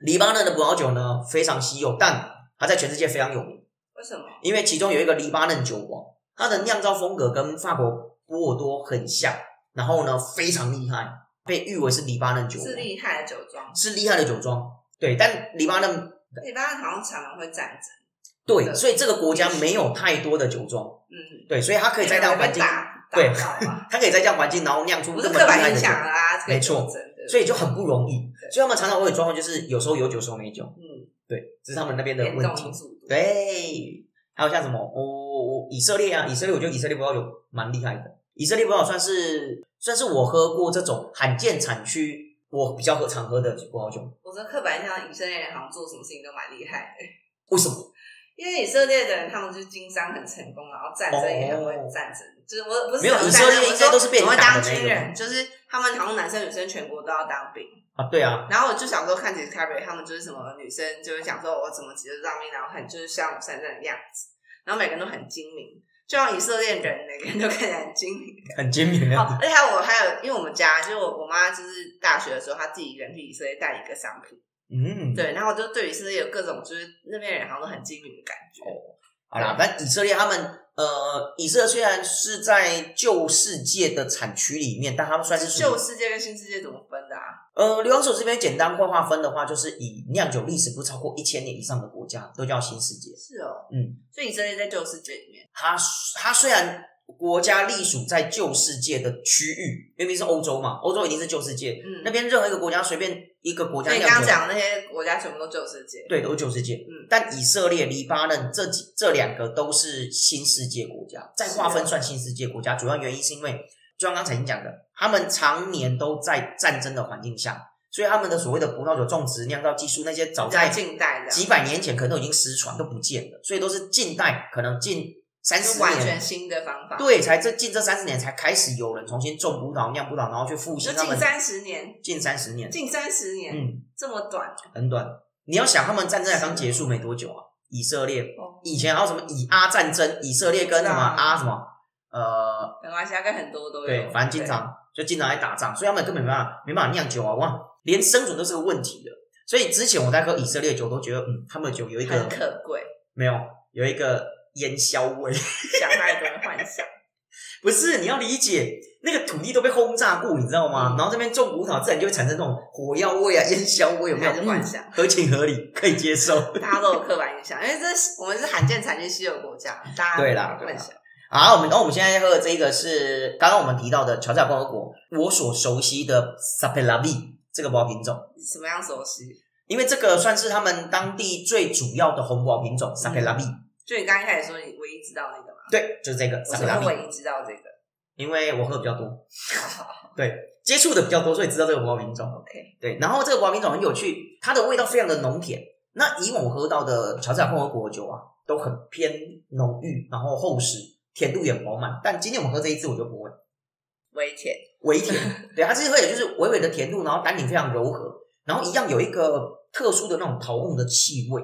B: 黎巴嫩的葡萄酒呢非常稀有，但它在全世界非常有名，
A: 为什么？
B: 因为其中有一个黎巴嫩酒王，它的酿造风格跟法国波尔多很像，然后呢非常厉害，被誉为是黎巴嫩酒王，
A: 是厉害的酒庄，
B: 是厉害的酒庄。对，但黎巴嫩
A: 一般好像常常会战争，
B: 对，
A: 对
B: 所以这个国家没有太多的酒庄，
A: 嗯，
B: 对，所以它可以在这样环境，
A: 打
B: 对
A: 打到 嘛，
B: 它可以在这样环境，然后酿出
A: 不
B: 这
A: 是
B: 么
A: 刻
B: 厉害
A: 板
B: 的
A: 印
B: 酒
A: 象，啊，这个
B: 没错
A: 酒真的，
B: 所以就很不容易。
A: 对
B: 所以他们常常会有状况，就是有时候有酒，有时候没酒。
A: 嗯，
B: 对，这是他们那边的
A: 变
B: 问
A: 动
B: 题。
A: 因素多，
B: 对，还有像什么，我我我以色列啊，以色列，我觉得以色列葡萄酒蛮厉害的。以色列葡萄酒算是算是我喝过这种罕见产区，我比较喝常喝的葡萄酒。
A: 我说刻板印象，以色列人好像做什么事情都蛮厉害的，
B: 为什么？
A: 因为以色列的人他们就是经商很成功，然后战争也很会战争。就是我不是
B: 没有
A: 讲
B: 以
A: 战
B: 色
A: 争
B: 列
A: 我
B: 应该
A: 说
B: 都是被人
A: 我会
B: 打
A: 当
B: 的那
A: 军
B: 个
A: 人，就是他们好像男生女生全国都要当兵。
B: 啊，对啊，
A: 然后我就小时候看 Discovery，他们就是什么女生就会讲说，我怎么急着当兵，然后很就是像我现在的样子，然后每个人都很精明，就像以色列人，每个人都看起来很精 明。
B: 很啊精明的。
A: 哦，而且还有我还有，因为我们家就是我我妈就是大学的时候，她自己一个人去以色列带一个商品，
B: 嗯，。
A: 对，然后就对以色列有各种就是那边人好像都很精明的感觉。
B: 哦好啦，反正以色列他们呃，以色列虽然是在旧世界的产区里面，但他们算是属于
A: 旧世界跟新世界怎么分的啊？
B: 呃，流浪手这边简单会划分的话，就是以酿酒历史不超过一千年以上的国家都叫新世界。
A: 是哦，
B: 嗯，
A: 所以以色列在旧世界里面，
B: 它它虽然国家隶属在旧世界的区域，明明是欧洲嘛，欧洲一定是旧世界，
A: 嗯
B: 那边任何一个国家随便一个国家
A: 所以
B: 酿
A: 你刚
B: 酒，
A: 刚讲的那些国家全部都旧世界。
B: 对，都是旧世界。
A: 嗯
B: 但以色列、黎巴嫩这几这两个都是新世界国家，再划分算新世界国家，主要原因是因为，就像刚才已经讲的，他们常年都在战争的环境下，所以他们的所谓的葡萄酒种植、酿造技术那些，早
A: 在
B: 在
A: 近代的，
B: 几百年前可能都已经失传，都不见了，所以都是近代，可能近三十
A: 就完全
B: 年。
A: 新的方法。
B: 对，才这近这三十年才开始有人重新种葡萄、酿葡萄，然后去复
A: 就
B: 兴他
A: 近
B: 们
A: 三十年，
B: 近三十年，
A: 近三十年、
B: 嗯，
A: 这么短
B: 很短。你要想，他们战争才刚结束没多久啊，以色列
A: 哦，
B: 以前还有什么以阿战争，以色列跟什么
A: 是啊
B: 阿什么，呃，
A: 没关系，大概很多都有。
B: 对，反正经常就经常在打仗，所以他们根本没办法没办法酿酒啊，哇，连生存都是个问题的。所以之前我在喝以色列酒，都觉得嗯，他们的酒有一
A: 对
B: 个
A: 很可贵，
B: 没有有一个烟硝味，
A: 想太多幻想。
B: 不是你要理解那个土地都被轰炸过，你知道
A: 嗯
B: 吗？然后这边种葡萄，自然就会产生那种火药味啊、烟硝味， 有没有？
A: 还是幻
B: 嗯
A: 想
B: 合情合理，可以接受。
A: 大家都有刻板印象，因为这是我们是罕见产区稀有国家，大家
B: 对啦
A: 幻想
B: 好，我们，然后我们现在喝的这一个是刚刚我们提到的乔治亚共和国，我所熟悉的 s a p e l a v i 这个葡萄品种，
A: 什么样熟悉？
B: 因为这个算是他们当地最主要的红葡萄品种
A: 嗯
B: s a p e l a v i
A: 就你刚一开始说你唯一知道那个嘛，
B: 对，就是这个 s
A: 我
B: a
A: 什
B: p e
A: 么
B: l a v i
A: 唯一知道这个
B: 因为我喝的比 较多，对，接触的比较多，所以知道这个葡萄品种。
A: ？OK，
B: 对，然后这个葡萄品种很有趣，它的味道非常的浓甜。那以往我喝到的乔治亚共和国的酒啊，都很偏浓郁，然后厚实，甜度也饱满。但今天我们喝这一支，我就不会。
A: 微甜，
B: 微甜，对，它这喝也就是微微的甜度，然后单宁非常柔和，然后一样有一个特殊的那种桃木的气味，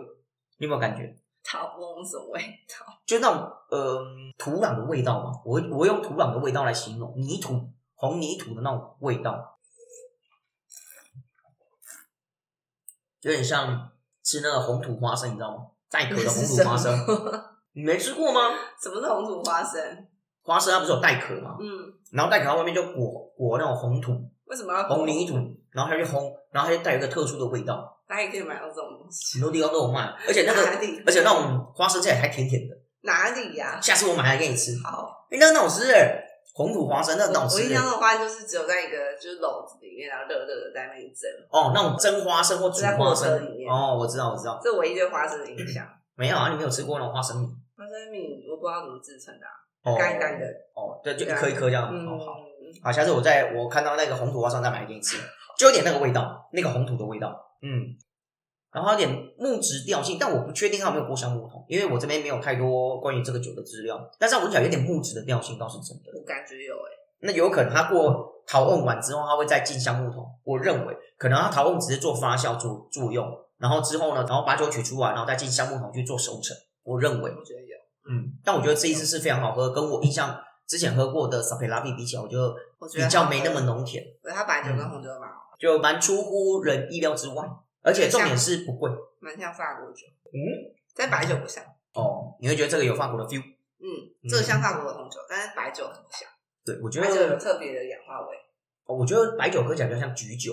B: 你有没有感觉？
A: 桃翁什么味道？
B: 就那种呃土壤的味道嘛，我会我会用土壤的味道来形容泥土红泥土的那种味道，有点像吃那个红土花生，你知道吗？带壳的红土花生，你没吃过吗？
A: 什么是红土花生？
B: 花生它不是有带壳吗？
A: 嗯，
B: 然后带壳它外面就裹裹那种红土、
A: 为什么要
B: 红泥土，然后它就烘，然后它就带有一个特殊的味道，
A: 哪里可以买到这种东西？
B: 很多地方都有卖，而且那个
A: 哪里？
B: 而且那种花生酱还甜甜的，
A: 哪里呀、
B: 下次我买来给你吃。
A: 好，
B: 哎、那个很好吃哎、红土花生那
A: 我
B: 个很好
A: 我
B: 吃
A: 印
B: 哎、
A: 象的话就是只有在一个就是篓子里面，然后热热的在那里蒸，
B: 哦，那种蒸花生或煮
A: 在
B: 花
A: 火车
B: 生
A: 里面
B: 哦，我知道我知道，
A: 这唯一对花生的印象。
B: 没有啊，你没有吃过那种花生米
A: 花生米我不知道怎么制成的、啊，
B: 哦，
A: 干干的，
B: 哦，对，就一颗一颗这样，
A: 嗯，
B: 哦好，好，下次我再我看到那个红土花生再买给你吃，就有点那个味道，那个红土的味道，嗯，然后有点木质调性，但我不确定它有没有过香木桶，因为我这边没有太多关于这个酒的资料，但是它闻起来有点木质的调性倒是真的，
A: 我感觉有欸诶、
B: 那有可能它过陶瓮完之后，它会再进橡木桶。我认为可能它陶瓮只是做发酵作作用，然后之后呢，然后把酒取出来，然后再进橡木桶去做熟成。我认为，
A: 我觉得有。
B: 嗯，但我觉得这一支是非常好喝，跟我印象之前喝过的萨佩拉比比起来，我觉得
A: 我觉得
B: 比较没那么浓嗯甜，
A: 它白酒跟红酒蛮好，
B: 就蛮出乎人意料之外，而且重点是不贵
A: 蛮像法国酒。嗯，但白酒不像。
B: 哦。你会觉得这个有法国的 feel？
A: 嗯
B: 嗯，
A: 这个像法国的红酒，但是白酒很不像，
B: 对，我觉
A: 白酒有
B: 得，
A: 特别的氧化味。
B: 哦我觉得白酒喝起来比较像橘酒，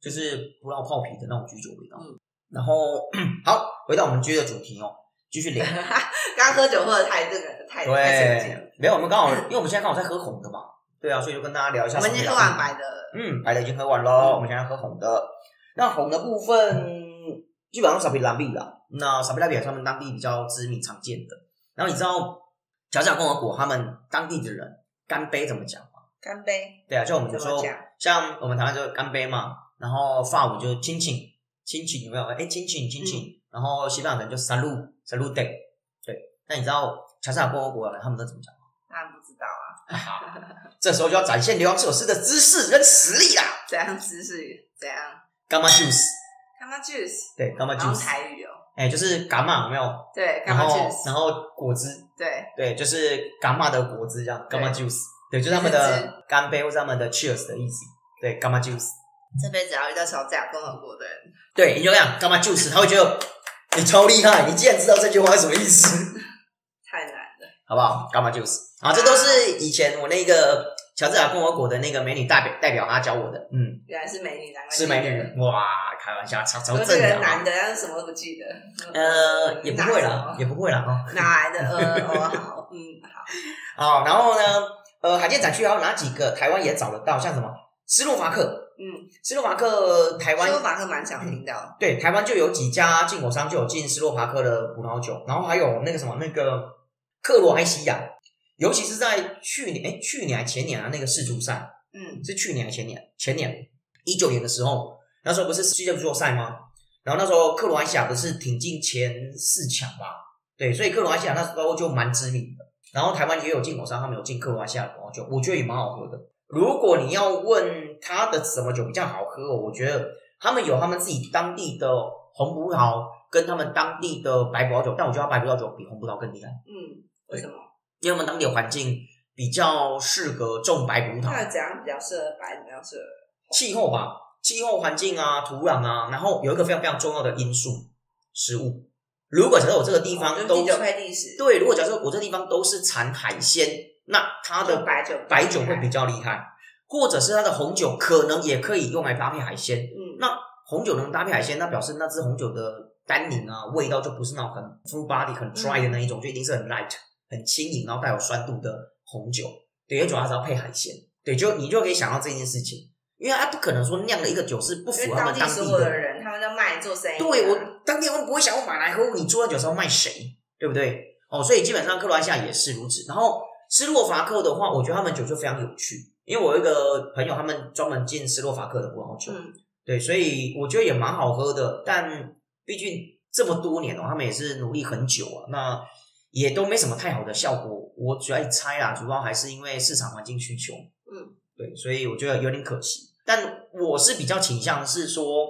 B: 就是葡萄泡皮的那种橘酒味道。
A: 嗯
B: 然后 好，回到我们今天的主题哦，继续聊。
A: 刚喝酒喝的太这个太太神奇了。
B: 对，没有，我们刚好，因为我们现在刚好在喝红的嘛，对啊，所以就跟大家聊一下。
A: 我们已经喝完，白的了，
B: 嗯，白的已经喝完喽，我们现在喝红的。那红的部分基本上是 a 比拉比啦，那 a 比拉比也是他们当地比较知名常见的。然后你知道乔治亚共和国他们当地的人干杯怎么讲吗？
A: 干杯！
B: 对啊，就我们就
A: 怎
B: 说
A: 么讲，
B: 像我们台湾就是干杯嘛，然后法文就是亲亲亲亲，有没有？哎，亲亲亲
A: 嗯
B: 亲，然后西班牙人就 salut salut day，对。那你知道乔治亚共和国人他们都怎么讲？
A: 当然不知道啊，
B: 这时候就要展现流行首诗的知识跟实力啦。
A: 怎样姿势怎样。
B: 伽马 juice，
A: 干嘛 juice，
B: 对，伽马
A: 然后
B: juice，
A: 台语哦，
B: 哎，就是伽马有没有？
A: 对，干
B: 然
A: 嘛
B: 后
A: juice，
B: 然后果汁，
A: 对，
B: 对，就是伽马的果汁这样，伽
A: 对
B: 马 juice，对，就是他们
A: 就是
B: 的干杯或是他们的 cheers 的意思。对，伽马 juice，
A: 这辈子要遇到乔治亚共和国的人，
B: 对，你就这样，伽马 juice，他会觉得你超厉害，你竟然知道这句话是什么意思。
A: 太难了。
B: 好不好？干嘛就是啊，这都是以前我那个乔治亚共和国的那个美女代表代表她教我的，嗯，
A: 原来是美女，难怪
B: 是美女，哇，开玩笑，超超
A: 我这
B: 正
A: 个
B: 的
A: 人
B: 啊
A: 男，的，但是什么都不记得。
B: 呃，也不会
A: 拿什
B: 啦
A: 么，
B: 也不会啦哦
A: 哪来的？呃，哦，好，嗯，好，
B: 哦，然后呢，呃，海舰展区还有哪几个台湾也找得到，像什么斯洛伐克，
A: 嗯，
B: 斯洛伐克台湾
A: 说法克蛮想听到的，
B: 对台湾就有几家进口商就有进斯洛伐克的葡萄酒，然后还有那个什么那个克罗埃西亚，尤其是在去年哎去年还前年啊那个世足赛。
A: 嗯，
B: 是去年还前年？前年一九年的时候，那时候不是世界足球赛吗？然后那时候克罗埃西亚不是挺进前四强吧？对，所以克罗埃西亚那时候就蛮知名的。然后台湾也有进口商，他们有进克罗埃西亚的葡萄酒，我觉得也蛮好喝的。如果你要问它的什么酒比较好喝哦，我觉得他们有他们自己当地的红葡萄跟他们当地的白葡萄酒，但我觉得它白葡萄酒比红葡萄更厉害，
A: 嗯，为什么？
B: 因为他们当地的环境比较适合种白葡萄。
A: 那怎样比较适合白？比较适合？
B: 气候吧，气候环境啊，土壤啊，然后有一个非常非常重要的因素，食物。如果假设我这哦个地方
A: 哦就
B: 都
A: 是第九配历史，
B: 对，如果假设我这地方都是产海鲜，那它
A: 就
B: 的
A: 白酒，
B: 哦白酒会比较厉害，或者是它的红酒可能也可以用来搭配海鲜。
A: 嗯，
B: 那红酒能搭配海鲜，那表示那支红酒的单宁啊，味道就不是那种很 full body 很 dry 的那一种，就一定是很 light 很轻盈，然后带有酸度的红酒。对，因为主要还是要配海鲜。对，就你就可以想到这件事情，因为它不可能说酿了一个酒是不
A: 因
B: 符
A: 为
B: 合他
A: 当
B: 们
A: 地
B: 当
A: 所
B: 地
A: 有的
B: 的。
A: 人，他们在卖做生意啊，
B: 对我当地人不会想要买来喝，你做的酒是要卖谁，对不对？哦，所以基本上克罗埃西亚也是如此。然后斯洛伐克的话，我觉得他们酒就非常有趣，因为我有一个朋友，他们专门进斯洛伐克的葡萄酒。
A: 嗯，
B: 对，所以我觉得也蛮好喝的，但毕竟这么多年哦，他们也是努力很久啊，那也都没什么太好的效果。我主要猜啦，主要还是因为市场环境需求，
A: 嗯，
B: 对，所以我觉得有点可惜。但我是比较倾向是说，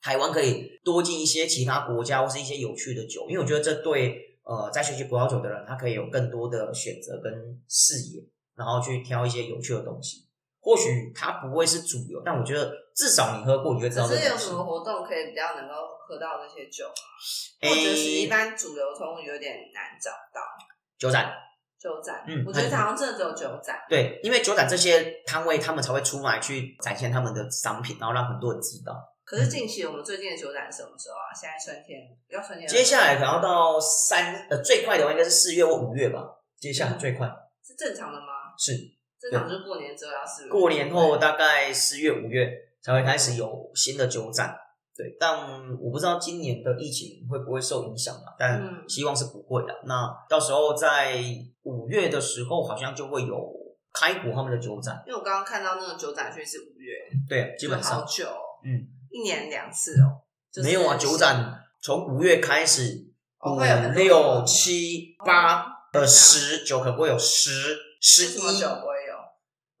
B: 台湾可以多进一些其他国家或是一些有趣的酒，因为我觉得这对呃在学习葡萄酒的人，他可以有更多的选择跟视野，然后去挑一些有趣的东西。或许它不会是主流，但我觉得至少你喝过，你就知
A: 可
B: 道这
A: 是
B: 个
A: 有
B: 东
A: 什
B: 西。
A: 么活动可以比较能够喝到那些酒啊？
B: 诶
A: 或者是一般主流通路有点难找到
B: 酒展，
A: 酒展。
B: 嗯
A: 我觉得台湾真的只有酒展。
B: 对，因为酒展这些摊位，他们才会出来去展现他们的商品，然后让很多人知道。
A: 可是近期我们最近的酒展是什么时候啊？现在春天，要春天了。
B: 接下来可能要到三呃最快的话应该是四月或五月吧，接下来
A: 嗯
B: 最快
A: 是正常的吗？
B: 是
A: 正常就是过年之后要四月。
B: 过年后大概四月五月才会开始有新的酒展。对，但我不知道今年的疫情会不会受影响嘛？但
A: 嗯
B: 希望是不会的。那到时候在五月的时候，好像就会有开国他们的酒展，
A: 因为我刚刚看到那个酒展区是五月，
B: 对，啊基本上
A: 就好久、哦，
B: 嗯，
A: 一年两次哦。就是
B: 没有啊，酒展从五月开始，
A: 哦
B: 五
A: 会有很多嗯
B: 六七八呃十九可不会有十
A: 为
B: 十
A: 什么
B: 一
A: 酒，不会有？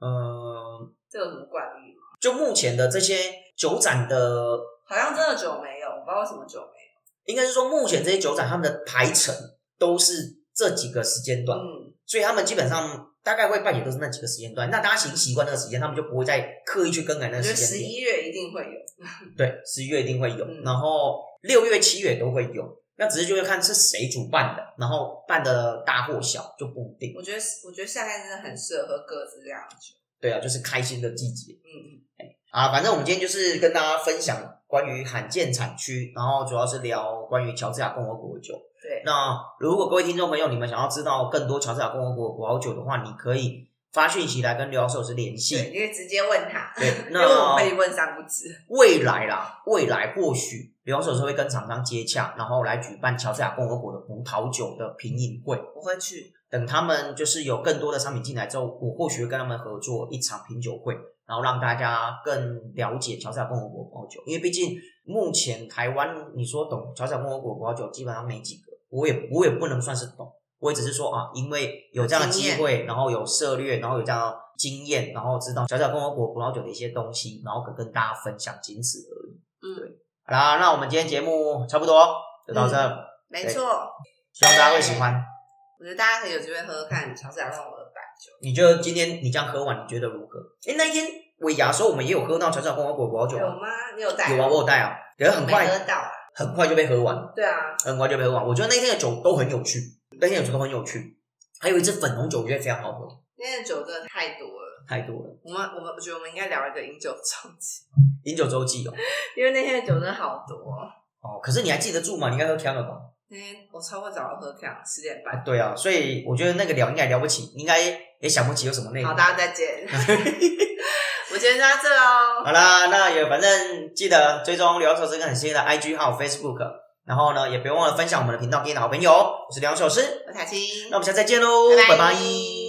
B: 嗯，
A: 这有什么惯例吗？
B: 就目前的这些酒展的，
A: 好像真的酒没有，我不知道为什么酒没
B: 应该是说目前这些酒展他们的排程都是这几个时间段
A: 有。，嗯，
B: 所以他们基本上大概会办也都是那几个时间段。那大家习习惯那个时间，他们就不会再刻意去更改那
A: 我
B: 个
A: 觉
B: 时
A: 得十
B: 间点。
A: 一月一定会有。
B: 对，十一月一定会有，
A: 嗯
B: 然后六月、七月都会有。那只是就会看是谁主办的，然后办的大或小就不一定。
A: 我觉得，我觉得夏天真的很适合喝各自这样的酒。
B: 对啊，就是开心的季节。
A: 嗯，
B: 啊，反正我们今天就是跟大家分享关于罕见产区，然后主要是聊关于乔治亚共和国的酒。
A: 对，
B: 那如果各位听众朋友你们想要知道更多乔治亚共和国葡萄酒的话，你可以发讯息来跟刘老师老师联
A: 对，
B: 系。
A: 你可以直接问他，
B: 对，
A: 因为我
B: 那嗯
A: 可以问三不知。
B: 未来啦，未来或许刘老师老师会跟厂商接洽，然后来举办乔治亚共和国的葡萄酒的品饮会。
A: 我会去，
B: 等他们就是有更多的商品进来之后，我或许会跟他们合作一场品酒会，然后让大家更了解乔治亚共和国葡萄酒。因为毕竟目前台湾，你说懂乔治亚共和国葡萄酒，基本上没几个，我也我也不能算是懂，我也只是说啊，因为有这样的机会，然后有涉略，然后有这样的经验，然后知道乔治亚共和国葡萄酒的一些东西，然后可跟大家分享，仅此而已。
A: 嗯，
B: 好啦，那我们今天节目差不多就到这，
A: 没错，
B: 希望大家会喜欢。
A: 我觉得大家可以有机会喝喝看乔治亚共和的白酒。
B: 你觉得今天你这样喝完，你觉得如何？哎，那一天尾牙的时候，我们也有喝到乔治亚共和国葡萄酒
A: 有
B: 啊，
A: 吗？你有带？
B: 有啊，我有带啊，可是很
A: 没
B: 快
A: 喝到啊。
B: 很快就被喝完，
A: 对啊，
B: 很快就被喝完。我觉得那天的酒都很有趣，那天的酒都很有趣，还有一支粉红酒，我觉得非常好喝，
A: 那天的酒真的太多了。
B: 太多了。
A: 我们我们我觉得我们应该聊一个饮酒周记，
B: 饮酒周记哦，
A: 因为那天的酒真的好多。
B: 哦，可是你还记得住吗？你应该喝 c a m e 吧？
A: 那天我超过早上喝两十点
B: 啊
A: 半。
B: 对啊，所以我觉得那个聊应该聊不起，应该也想不起有什么内容。
A: 好，大家再 见。 我今天就到这喽。
B: 好啦，那也反正记得追踪刘老师跟很新的 IG 还有 Facebook，然后呢哦也别忘了分享我们的频道给你的好朋友。我是梁老师，
A: 我是彩青，
B: 那我们下次再见喽，
A: 拜
B: 拜
A: 拜
B: 拜。